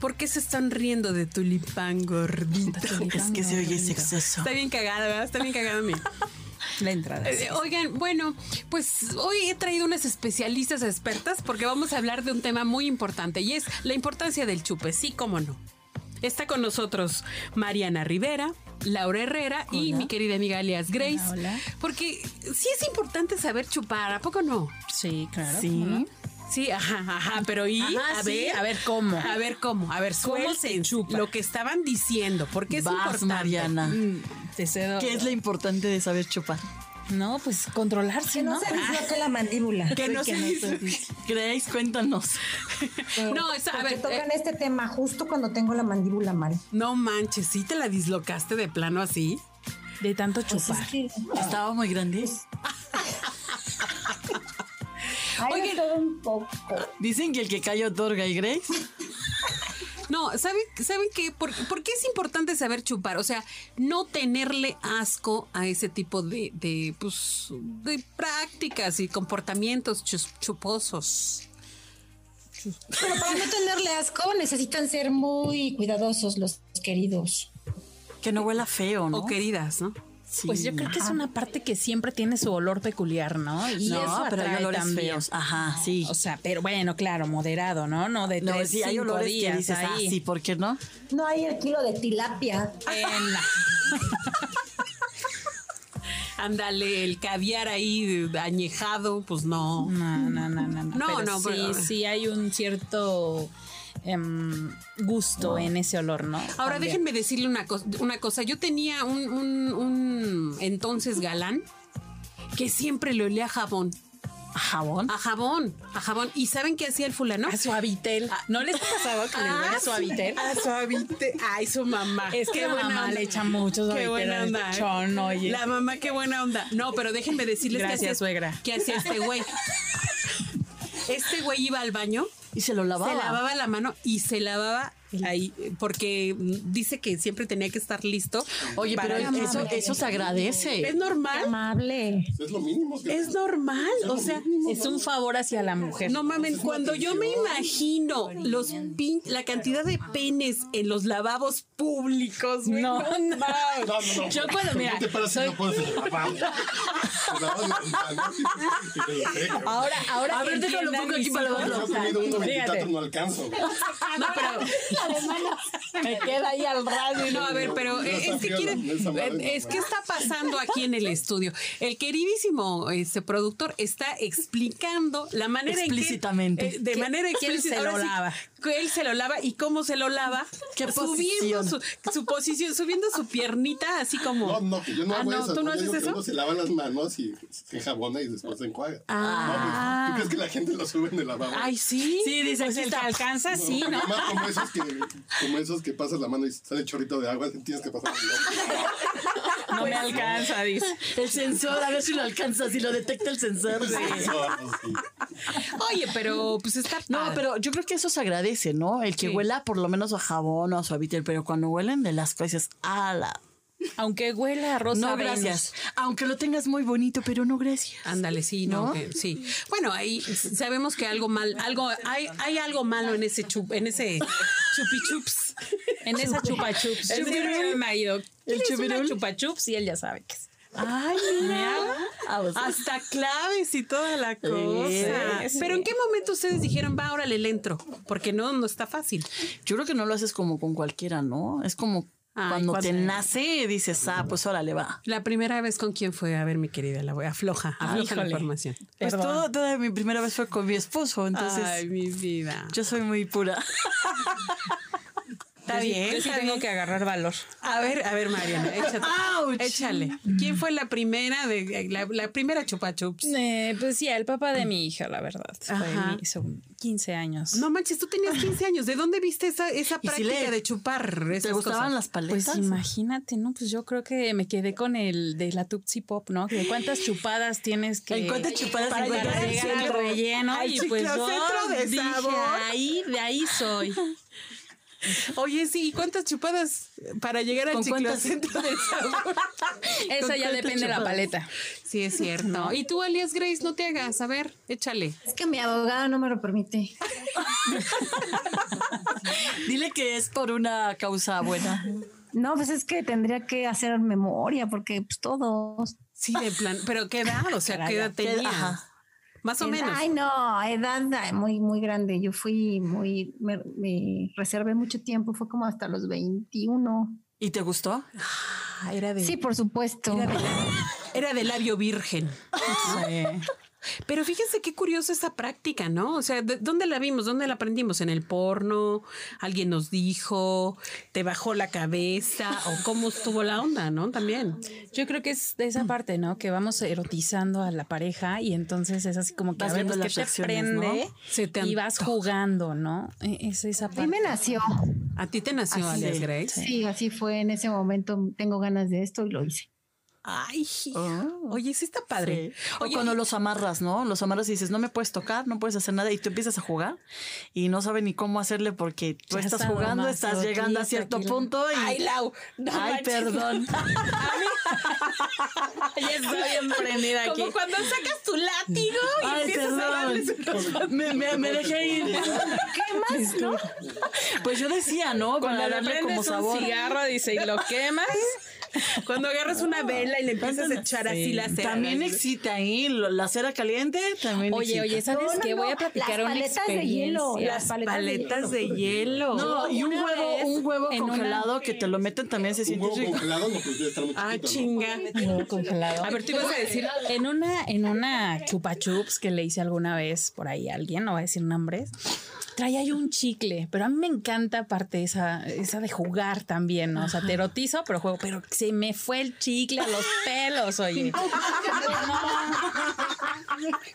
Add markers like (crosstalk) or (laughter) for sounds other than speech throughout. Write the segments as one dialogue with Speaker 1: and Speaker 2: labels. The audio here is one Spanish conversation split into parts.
Speaker 1: ¿Por qué se están riendo de tulipán gordito?
Speaker 2: Es que se oye sexoso.
Speaker 1: Está bien cagada, ¿verdad? Está bien cagada a mí.
Speaker 3: La entrada.
Speaker 1: Eh, Oigan, bueno, pues hoy he traído unas especialistas expertas porque vamos a hablar de un tema muy importante y es la importancia del chupe, sí, cómo no. Está con nosotros Mariana Rivera, Laura Herrera y
Speaker 3: Hola.
Speaker 1: mi querida amiga alias Grace.
Speaker 3: Hola, hola.
Speaker 1: Porque sí es importante saber chupar, ¿a poco no?
Speaker 3: Sí, claro.
Speaker 1: Sí.
Speaker 3: ¿cómo no?
Speaker 1: Sí, ajá, ajá, pero y
Speaker 3: Ajá,
Speaker 1: a
Speaker 3: sí,
Speaker 1: ver,
Speaker 3: a ver cómo.
Speaker 1: A ver cómo, a ver
Speaker 3: ¿Cómo se
Speaker 1: suelten
Speaker 3: chupa?
Speaker 1: Lo que estaban diciendo, porque es
Speaker 2: Vas,
Speaker 1: importante.
Speaker 2: Mariana.
Speaker 3: Mm, Te cedo.
Speaker 2: ¿Qué es lo importante de saber chupar?
Speaker 3: No, pues controlarse,
Speaker 4: Que no,
Speaker 3: ¿no?
Speaker 4: Ah. se disloque la (laughs) mandíbula.
Speaker 1: Que no se dis-
Speaker 2: (laughs) Grace, cuéntanos.
Speaker 1: No, esa- a
Speaker 4: Porque
Speaker 1: ver, eh,
Speaker 4: tocan este tema justo cuando tengo la mandíbula mal.
Speaker 1: No manches, ¿sí te la dislocaste de plano así?
Speaker 3: De tanto
Speaker 2: Pues
Speaker 3: chupar.
Speaker 4: Es que
Speaker 2: Estaba muy grande.
Speaker 4: hay de
Speaker 1: Oigan.
Speaker 4: todo un poco.
Speaker 2: Dicen que el que cae otorga y Grace.
Speaker 1: No, ¿saben, ¿saben qué? ¿Por, por qué es importante saber chupar? O sea, no tenerle asco a ese tipo de, de, pues, de prácticas y comportamientos chus- chuposos.
Speaker 4: Pero para no tenerle asco, necesitan ser muy cuidadosos los queridos.
Speaker 2: Que no huela feo, ¿no?
Speaker 1: O queridas, ¿no?
Speaker 2: Sí.
Speaker 3: Pues yo creo que es una parte que siempre tiene su olor peculiar, ¿no? Y
Speaker 2: No,
Speaker 3: eso
Speaker 2: pero hay
Speaker 3: atrae
Speaker 2: olores
Speaker 3: también.
Speaker 2: feos. Ajá, sí.
Speaker 3: O sea, pero bueno, claro, moderado, ¿no? No de
Speaker 2: no,
Speaker 3: tres,
Speaker 2: sí, hay
Speaker 3: cinco
Speaker 2: olores
Speaker 3: días
Speaker 2: que dices, ah,
Speaker 3: ahí.
Speaker 2: sí, ¿por qué no?
Speaker 4: No hay el kilo de tilapia.
Speaker 3: En la-
Speaker 1: Ándale, el caviar ahí de- añejado, pues no.
Speaker 3: No, no, no, no.
Speaker 1: No,
Speaker 3: No, pero
Speaker 1: no,
Speaker 3: sí,
Speaker 1: pero-
Speaker 3: sí hay un cierto em, gusto en ese olor, ¿no?
Speaker 1: Ahora
Speaker 3: También.
Speaker 1: déjenme decirle una, cos- una cosa. Yo tenía un, un- un entonces galán que siempre le olía a jabón.
Speaker 2: ¿Jabón?
Speaker 1: A jabón, a jabón. ¿Y saben qué hacía el fulano?
Speaker 3: A suavitel. ¿No les ha pasado que les
Speaker 1: Ah,
Speaker 3: huele suavitel?
Speaker 1: A suavite. Ay, su mamá.
Speaker 3: Es que
Speaker 1: Qué
Speaker 3: la
Speaker 1: buena
Speaker 3: mamá
Speaker 1: onda.
Speaker 3: le echa mucho
Speaker 1: Qué
Speaker 3: suavitel
Speaker 1: buena
Speaker 3: al
Speaker 1: onda. ¿eh?
Speaker 3: lechón, oye.
Speaker 1: La mamá, qué buena onda. No, pero déjenme decirles
Speaker 3: Gracias,
Speaker 1: que hacía,
Speaker 3: suegra.
Speaker 1: que hacía este güey. Este güey iba al baño,
Speaker 2: Y se lo lavaba.
Speaker 1: se lavaba la mano y se lavaba ahí, porque mm, dice que siempre tenía que estar listo.
Speaker 2: Oye,
Speaker 1: para-
Speaker 2: pero
Speaker 4: Para-
Speaker 2: eso, eso se
Speaker 1: es
Speaker 2: agradece.
Speaker 1: normal,
Speaker 4: Amable.
Speaker 1: es normal. O sea,
Speaker 3: Es un favor hacia la mujer.
Speaker 1: No mames, cuando yo me imagino los pin- la cantidad de penes en los lavabos públicos, güey,
Speaker 3: No,
Speaker 2: (laughs)
Speaker 3: no.
Speaker 5: No, no, no.
Speaker 3: Yo cuando, mira,
Speaker 5: No te paras
Speaker 3: soy-
Speaker 5: y no pones el
Speaker 1: (laughs)
Speaker 5: lavabo. El lavabo de- y te lo entrega.
Speaker 3: Ahora, ahora
Speaker 2: A
Speaker 3: que
Speaker 2: ver, déjalo un
Speaker 3: entiendan
Speaker 2: poco aquí
Speaker 3: mis
Speaker 2: para
Speaker 1: Ah,
Speaker 3: hijos,
Speaker 5: Yo
Speaker 2: lavarlo.
Speaker 3: o sea,
Speaker 5: he comido uno veintitantos,
Speaker 3: fíjate,
Speaker 5: no alcanzo. güey.
Speaker 1: No, pero
Speaker 3: me queda ahí al radio.
Speaker 1: no, a ver, pero
Speaker 5: No
Speaker 1: eh, es
Speaker 5: está
Speaker 1: que
Speaker 5: frío,
Speaker 1: quieren-
Speaker 5: no, esa madre no,
Speaker 1: eh, es que
Speaker 5: güey.
Speaker 1: está pasando aquí en el estudio. El queridísimo este productor está explicando la manera en que-
Speaker 2: Explícitamente.
Speaker 1: eh, de
Speaker 3: Que-
Speaker 1: manera
Speaker 3: que él
Speaker 1: explícita
Speaker 3: se lo
Speaker 1: ahora sí,
Speaker 3: lava.
Speaker 1: que él se lo lava y cómo se lo lava,
Speaker 2: ¿Qué
Speaker 1: subiendo su,
Speaker 2: posición?
Speaker 1: su posición, subiendo su piernita así como
Speaker 5: No, no, que yo no
Speaker 1: Ah,
Speaker 5: hago
Speaker 1: no,
Speaker 5: eso.
Speaker 1: ¿tú no
Speaker 5: Yo
Speaker 1: haces
Speaker 5: digo que
Speaker 1: eso?
Speaker 5: Uno se lava las manos y se jabona y después se enjuaga.
Speaker 1: Ah.
Speaker 5: No, pues, ¿Tú crees que la gente lo sube en el lavabo?
Speaker 1: Ay, sí.
Speaker 3: Sí, dice,
Speaker 1: Pues
Speaker 3: aquí
Speaker 1: el
Speaker 3: está.
Speaker 1: que alcanza,
Speaker 5: No,
Speaker 1: sí, ¿no?
Speaker 5: Más como esos que, como esos que pasas la mano y sale chorrito de agua, tienes que pasar el lavabo.
Speaker 3: No me alcanza, dice.
Speaker 2: El sensor, a ver si lo alcanza, si lo detecta el sensor.
Speaker 5: No, pues, sí.
Speaker 1: Oye, pero pues está.
Speaker 2: No,
Speaker 1: padre.
Speaker 2: pero yo creo que eso se agradece, ¿no? El que
Speaker 1: Sí.
Speaker 2: huela por lo menos a jabón o a suavitel, pero cuando huelen de las cosas, ala.
Speaker 3: Aunque huela a rosa
Speaker 2: No,
Speaker 3: Venus.
Speaker 2: gracias. Aunque lo tengas muy bonito, pero no gracias.
Speaker 1: Ándale, sí, no,
Speaker 2: ¿No?
Speaker 1: que- sí. Bueno, ahí sabemos que algo mal, algo, hay, hay algo malo en ese chup, en ese chupi chups.
Speaker 3: En esa chupa chups.
Speaker 1: El
Speaker 3: Yo siempre
Speaker 1: chupirul.
Speaker 3: me marido.
Speaker 2: El
Speaker 3: "¿Quieres una
Speaker 2: chupirul?"
Speaker 3: chupa chups y él ya sabe que es.
Speaker 2: (laughs) Ay, mira. Ah, o sea,
Speaker 1: Hasta claves y toda la cosa.
Speaker 3: sí.
Speaker 1: Pero en qué momento ustedes dijeron, va, órale, le entro, porque no, no está fácil.
Speaker 2: yo creo que no lo haces como con cualquiera, ¿no? Es como
Speaker 1: Ay,
Speaker 2: cuando te
Speaker 1: cuando-
Speaker 2: nace, dices, ah, pues órale, va.
Speaker 1: La primera vez con quién fue, a ver, mi querida, la voy afloja,
Speaker 2: Ah,
Speaker 1: afloja la
Speaker 3: híjole.
Speaker 1: información.
Speaker 2: Pues
Speaker 3: Perdón.
Speaker 2: todo, toda mi primera vez fue con mi esposo, entonces
Speaker 1: Ay, mi vida.
Speaker 2: yo soy muy pura. Está
Speaker 3: Yo sí-
Speaker 2: bien,
Speaker 3: Yo sí
Speaker 2: está
Speaker 3: tengo
Speaker 2: bien.
Speaker 3: que agarrar valor.
Speaker 1: A ver, a ver, Mariana, échate.
Speaker 2: Ouch.
Speaker 1: Échale. ¿Quién fue la primera de eh, la, la primera chupa chups?
Speaker 3: Eh, pues sí, el papá de mi hija, la verdad.
Speaker 1: Ajá.
Speaker 3: Fue mi- son 15 años.
Speaker 1: No manches, tú tenías 15 años. ¿De dónde viste esa, esa
Speaker 2: ¿Y si
Speaker 1: práctica
Speaker 2: le-
Speaker 1: de chupar?
Speaker 2: ¿Te
Speaker 1: esas
Speaker 2: gustaban
Speaker 1: cosas?
Speaker 2: las
Speaker 3: pues
Speaker 2: paletas?
Speaker 3: imagínate, ¿no? Pues yo creo que me quedé con el de la Tupsi Pop, ¿no? Que cuántas chupadas tienes que...
Speaker 2: ¿En cuántas chupadas
Speaker 3: para
Speaker 2: encuentras
Speaker 3: llegar
Speaker 2: el
Speaker 3: al
Speaker 2: centro?
Speaker 3: relleno
Speaker 1: Al
Speaker 3: y pues yo
Speaker 1: ciclocentro de
Speaker 3: dije,
Speaker 1: sabor.
Speaker 3: ahí, de ahí soy.
Speaker 1: Oye, sí, ¿y cuántas chupadas para llegar al
Speaker 2: ¿Con cuántas?
Speaker 1: ciclocentro del sabor?
Speaker 3: Esa ya
Speaker 2: cuántas
Speaker 3: depende de la
Speaker 2: chupadas?
Speaker 3: paleta.
Speaker 1: Sí, es cierto. Y tú, Alias Grace, no te hagas. A ver, échale.
Speaker 4: Es que mi abogado no me lo permite.
Speaker 2: Dile que es por una causa buena.
Speaker 4: No, pues es que tendría que hacer memoria porque pues todos.
Speaker 1: Sí, de plan. ¿Pero qué edad? O sea, ¿qué edad
Speaker 2: ¿Qué-
Speaker 1: tenías?
Speaker 2: ajá.
Speaker 1: Más o menos.
Speaker 4: Ay, no, edad ay, muy, muy grande. Yo fui muy, me, me reservé mucho tiempo, fue como hasta los 21.
Speaker 2: ¿Y te gustó?
Speaker 1: Ah, era, de,
Speaker 4: Sí, por supuesto.
Speaker 1: era de labio virgen. Pero fíjense qué curiosa esta práctica, ¿no? O sea, ¿de- ¿dónde la vimos? ¿Dónde la aprendimos? ¿En el porno? ¿Alguien nos dijo? ¿Te bajó la cabeza? ¿O cómo estuvo la onda, no? También.
Speaker 3: Yo creo que es de esa parte, ¿no? Que vamos erotizando a la pareja y entonces es así como que
Speaker 2: Vas
Speaker 3: a ver
Speaker 2: viendo
Speaker 3: pues,
Speaker 2: las
Speaker 3: qué te
Speaker 2: reacciones,
Speaker 3: prende
Speaker 2: ¿no?
Speaker 1: Se te
Speaker 3: y vas
Speaker 1: antoja.
Speaker 3: jugando, ¿no? E- Es esa
Speaker 4: Sí
Speaker 3: parte.
Speaker 4: me nació.
Speaker 1: ¿A ti te nació,
Speaker 2: Así
Speaker 1: Alias
Speaker 2: es.
Speaker 1: Grace?
Speaker 4: Sí, así fue en ese momento. Tengo ganas de esto y lo hice.
Speaker 1: Ay, hija. oye, sí está padre.
Speaker 2: Sí. O
Speaker 1: Oye,
Speaker 2: cuando los amarras, ¿no? Los amarras y dices, no me puedes tocar, no puedes hacer nada. Y tú empiezas a jugar y no sabes ni cómo hacerle porque tú
Speaker 3: Ya
Speaker 2: estás
Speaker 3: está lo
Speaker 2: jugando,
Speaker 3: más
Speaker 2: estás llegando a
Speaker 3: otrista
Speaker 2: cierto
Speaker 3: aquí, la-
Speaker 2: punto y.
Speaker 3: Ay, Lau. No
Speaker 2: Ay,
Speaker 3: manches.
Speaker 2: perdón.
Speaker 3: (laughs) Ya estoy bien prendida aquí.
Speaker 1: como cuando sacas tu látigo y
Speaker 2: Ay,
Speaker 1: empiezas a darles
Speaker 2: perdón. Me, me- me dejé ir.
Speaker 3: (laughs)
Speaker 2: ¿Qué más,
Speaker 3: Este,
Speaker 2: no? Pues yo decía, ¿no? Para darle como sabor.
Speaker 3: un cigarro, dice, y lo quemas.
Speaker 1: Cuando agarras una vela y le empiezas a echar así la cera.
Speaker 2: También excita ahí lo- la cera caliente. También
Speaker 3: ¿eh? Oye,
Speaker 2: excita.
Speaker 3: oye, ¿sabes
Speaker 4: No, no,
Speaker 3: qué?
Speaker 4: no,
Speaker 3: Voy a platicar
Speaker 4: las
Speaker 3: una
Speaker 4: paletas de
Speaker 3: experiencia.
Speaker 4: hielo,
Speaker 1: Las paletas, de hielo.
Speaker 2: No, y un
Speaker 3: una
Speaker 2: huevo,
Speaker 3: vez
Speaker 2: un huevo
Speaker 3: en una-
Speaker 2: congelado que te lo meten también se
Speaker 5: Un
Speaker 2: siente
Speaker 5: huevo
Speaker 2: rico.
Speaker 5: congelado no pues debe estar muy
Speaker 1: Ah,
Speaker 5: chiquito, ¿no?
Speaker 1: chinga.
Speaker 4: (laughs)
Speaker 3: Huevo congelado.
Speaker 1: A ver, tú ibas a decir.
Speaker 3: En una, en una chupa chups que le hice alguna vez por ahí a alguien, no voy a decir nombres, traía yo un chicle, pero a mí me encanta aparte esa, esa de jugar también, ¿no? O sea, te erotizo, pero juego, pero se me fue el chicle a los pelos,
Speaker 4: (laughs)
Speaker 3: oye.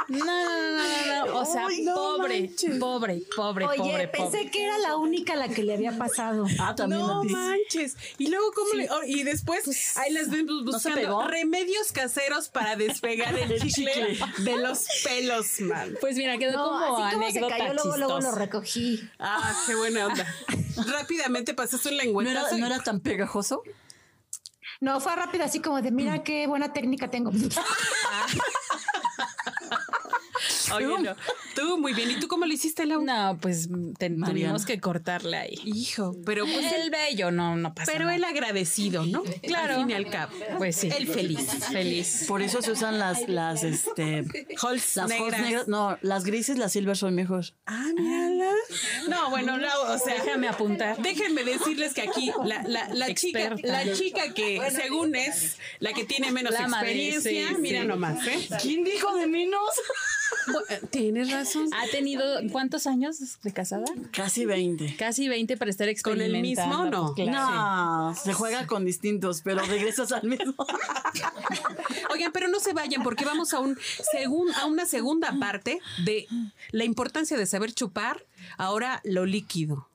Speaker 3: No, no, no, no, no, o sea,
Speaker 2: Ay, no
Speaker 3: pobre,
Speaker 2: manches.
Speaker 3: pobre, pobre,
Speaker 4: Oye,
Speaker 3: pobre,
Speaker 4: pensé
Speaker 3: pobre.
Speaker 4: que era la única a la que le había pasado.
Speaker 2: Ah, también
Speaker 1: No
Speaker 2: a ti.
Speaker 1: manches. Y luego, ¿cómo le.? oh, y después, ahí las vemos
Speaker 2: se
Speaker 1: buscando
Speaker 2: pegó?
Speaker 1: remedios caseros para despegar el chicle de los pelos, man.
Speaker 3: Pues mira, quedó
Speaker 4: No,
Speaker 3: como
Speaker 4: así como se
Speaker 3: anécdota
Speaker 4: cayó, luego, luego lo
Speaker 3: chistosa.
Speaker 4: recogí.
Speaker 1: Ah, qué buena onda. Rápidamente pasaste un
Speaker 2: ¿No era,
Speaker 1: lengüetazo. y-
Speaker 2: ¿No era tan pegajoso?
Speaker 4: No, fue rápido, así como de
Speaker 3: Mm.
Speaker 4: mira qué buena técnica tengo. (laughs)
Speaker 1: Oye, no. Tú muy bien. ¿Y tú cómo lo hiciste, Lau?
Speaker 3: No, pues te- tuvimos que cortarle ahí.
Speaker 1: Hijo, pero pues
Speaker 3: Pues
Speaker 1: él-
Speaker 3: el bello, no, no pasa
Speaker 1: pero
Speaker 3: nada.
Speaker 1: el agradecido, ¿no?
Speaker 3: Claro.
Speaker 1: Al fin y al cabo.
Speaker 3: Pues sí.
Speaker 1: El feliz.
Speaker 3: Feliz.
Speaker 2: Por eso se usan las, las, este,
Speaker 1: Halls negras.
Speaker 2: las negras. negras. No, las grises, las silver son mejores.
Speaker 1: Ah, mírala. No, bueno, Lau, o sea,
Speaker 3: Déjame apuntar.
Speaker 1: Déjenme decirles que aquí la, la, la chica,
Speaker 3: Experta.
Speaker 1: la chica que según es la que tiene menos
Speaker 3: La madre,
Speaker 1: experiencia,
Speaker 3: sí,
Speaker 1: mira
Speaker 3: sí.
Speaker 1: nomás, ¿eh?
Speaker 2: ¿Quién dijo de menos?
Speaker 1: Tienes razón.
Speaker 3: ¿Ha tenido cuántos años de casada?
Speaker 2: Casi 20.
Speaker 3: Casi 20 para estar
Speaker 1: ¿Con el
Speaker 3: experimentando.
Speaker 1: mismo no?
Speaker 3: pues, claro.
Speaker 2: No, se juega con distintos, pero regresas al mismo.
Speaker 1: Oigan, pero no se vayan porque vamos a un segun- a una segunda parte de la importancia de saber chupar ahora lo líquido.